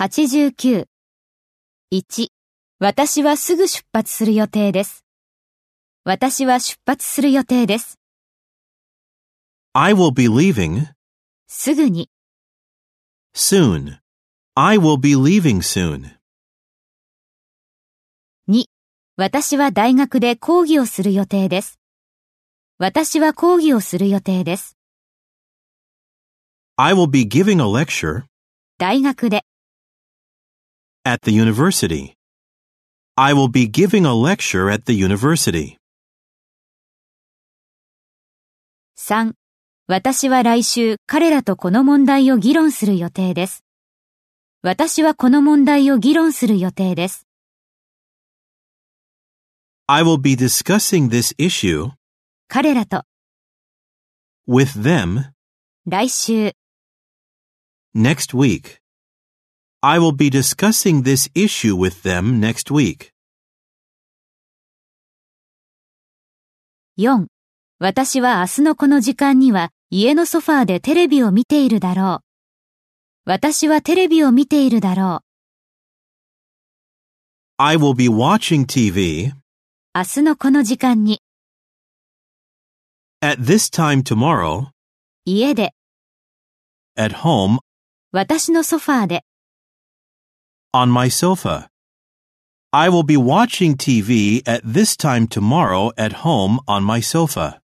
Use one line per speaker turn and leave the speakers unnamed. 89。1、私はすぐ出発する予定です。私は出発する予定です。
I will be leaving
すぐに、
soon. I will be leaving soon.
私は大学で講義をする予定です。私は講義をする予定です。
I will be giving a lecture
大学で、
at the university. I will be giving a lecture at the university.
3、私は来週彼らとこの問題を議論する予定です。私はこの問題を議論する予定です。
I will be discussing this issue
彼らと、
with them
来週、
next week. I will be discussing this issue with them next week.
4、私は明日のこの時間には家のソファーでテレビを見ているだろう。私はテレビを見ているだろ
I will be watching TV
う。明日のこの時間に、
at this time tomorrow,
家で、
at home,
私のソファーで、
on my sofa. I will be watching TV at this time tomorrow at home on my sofa.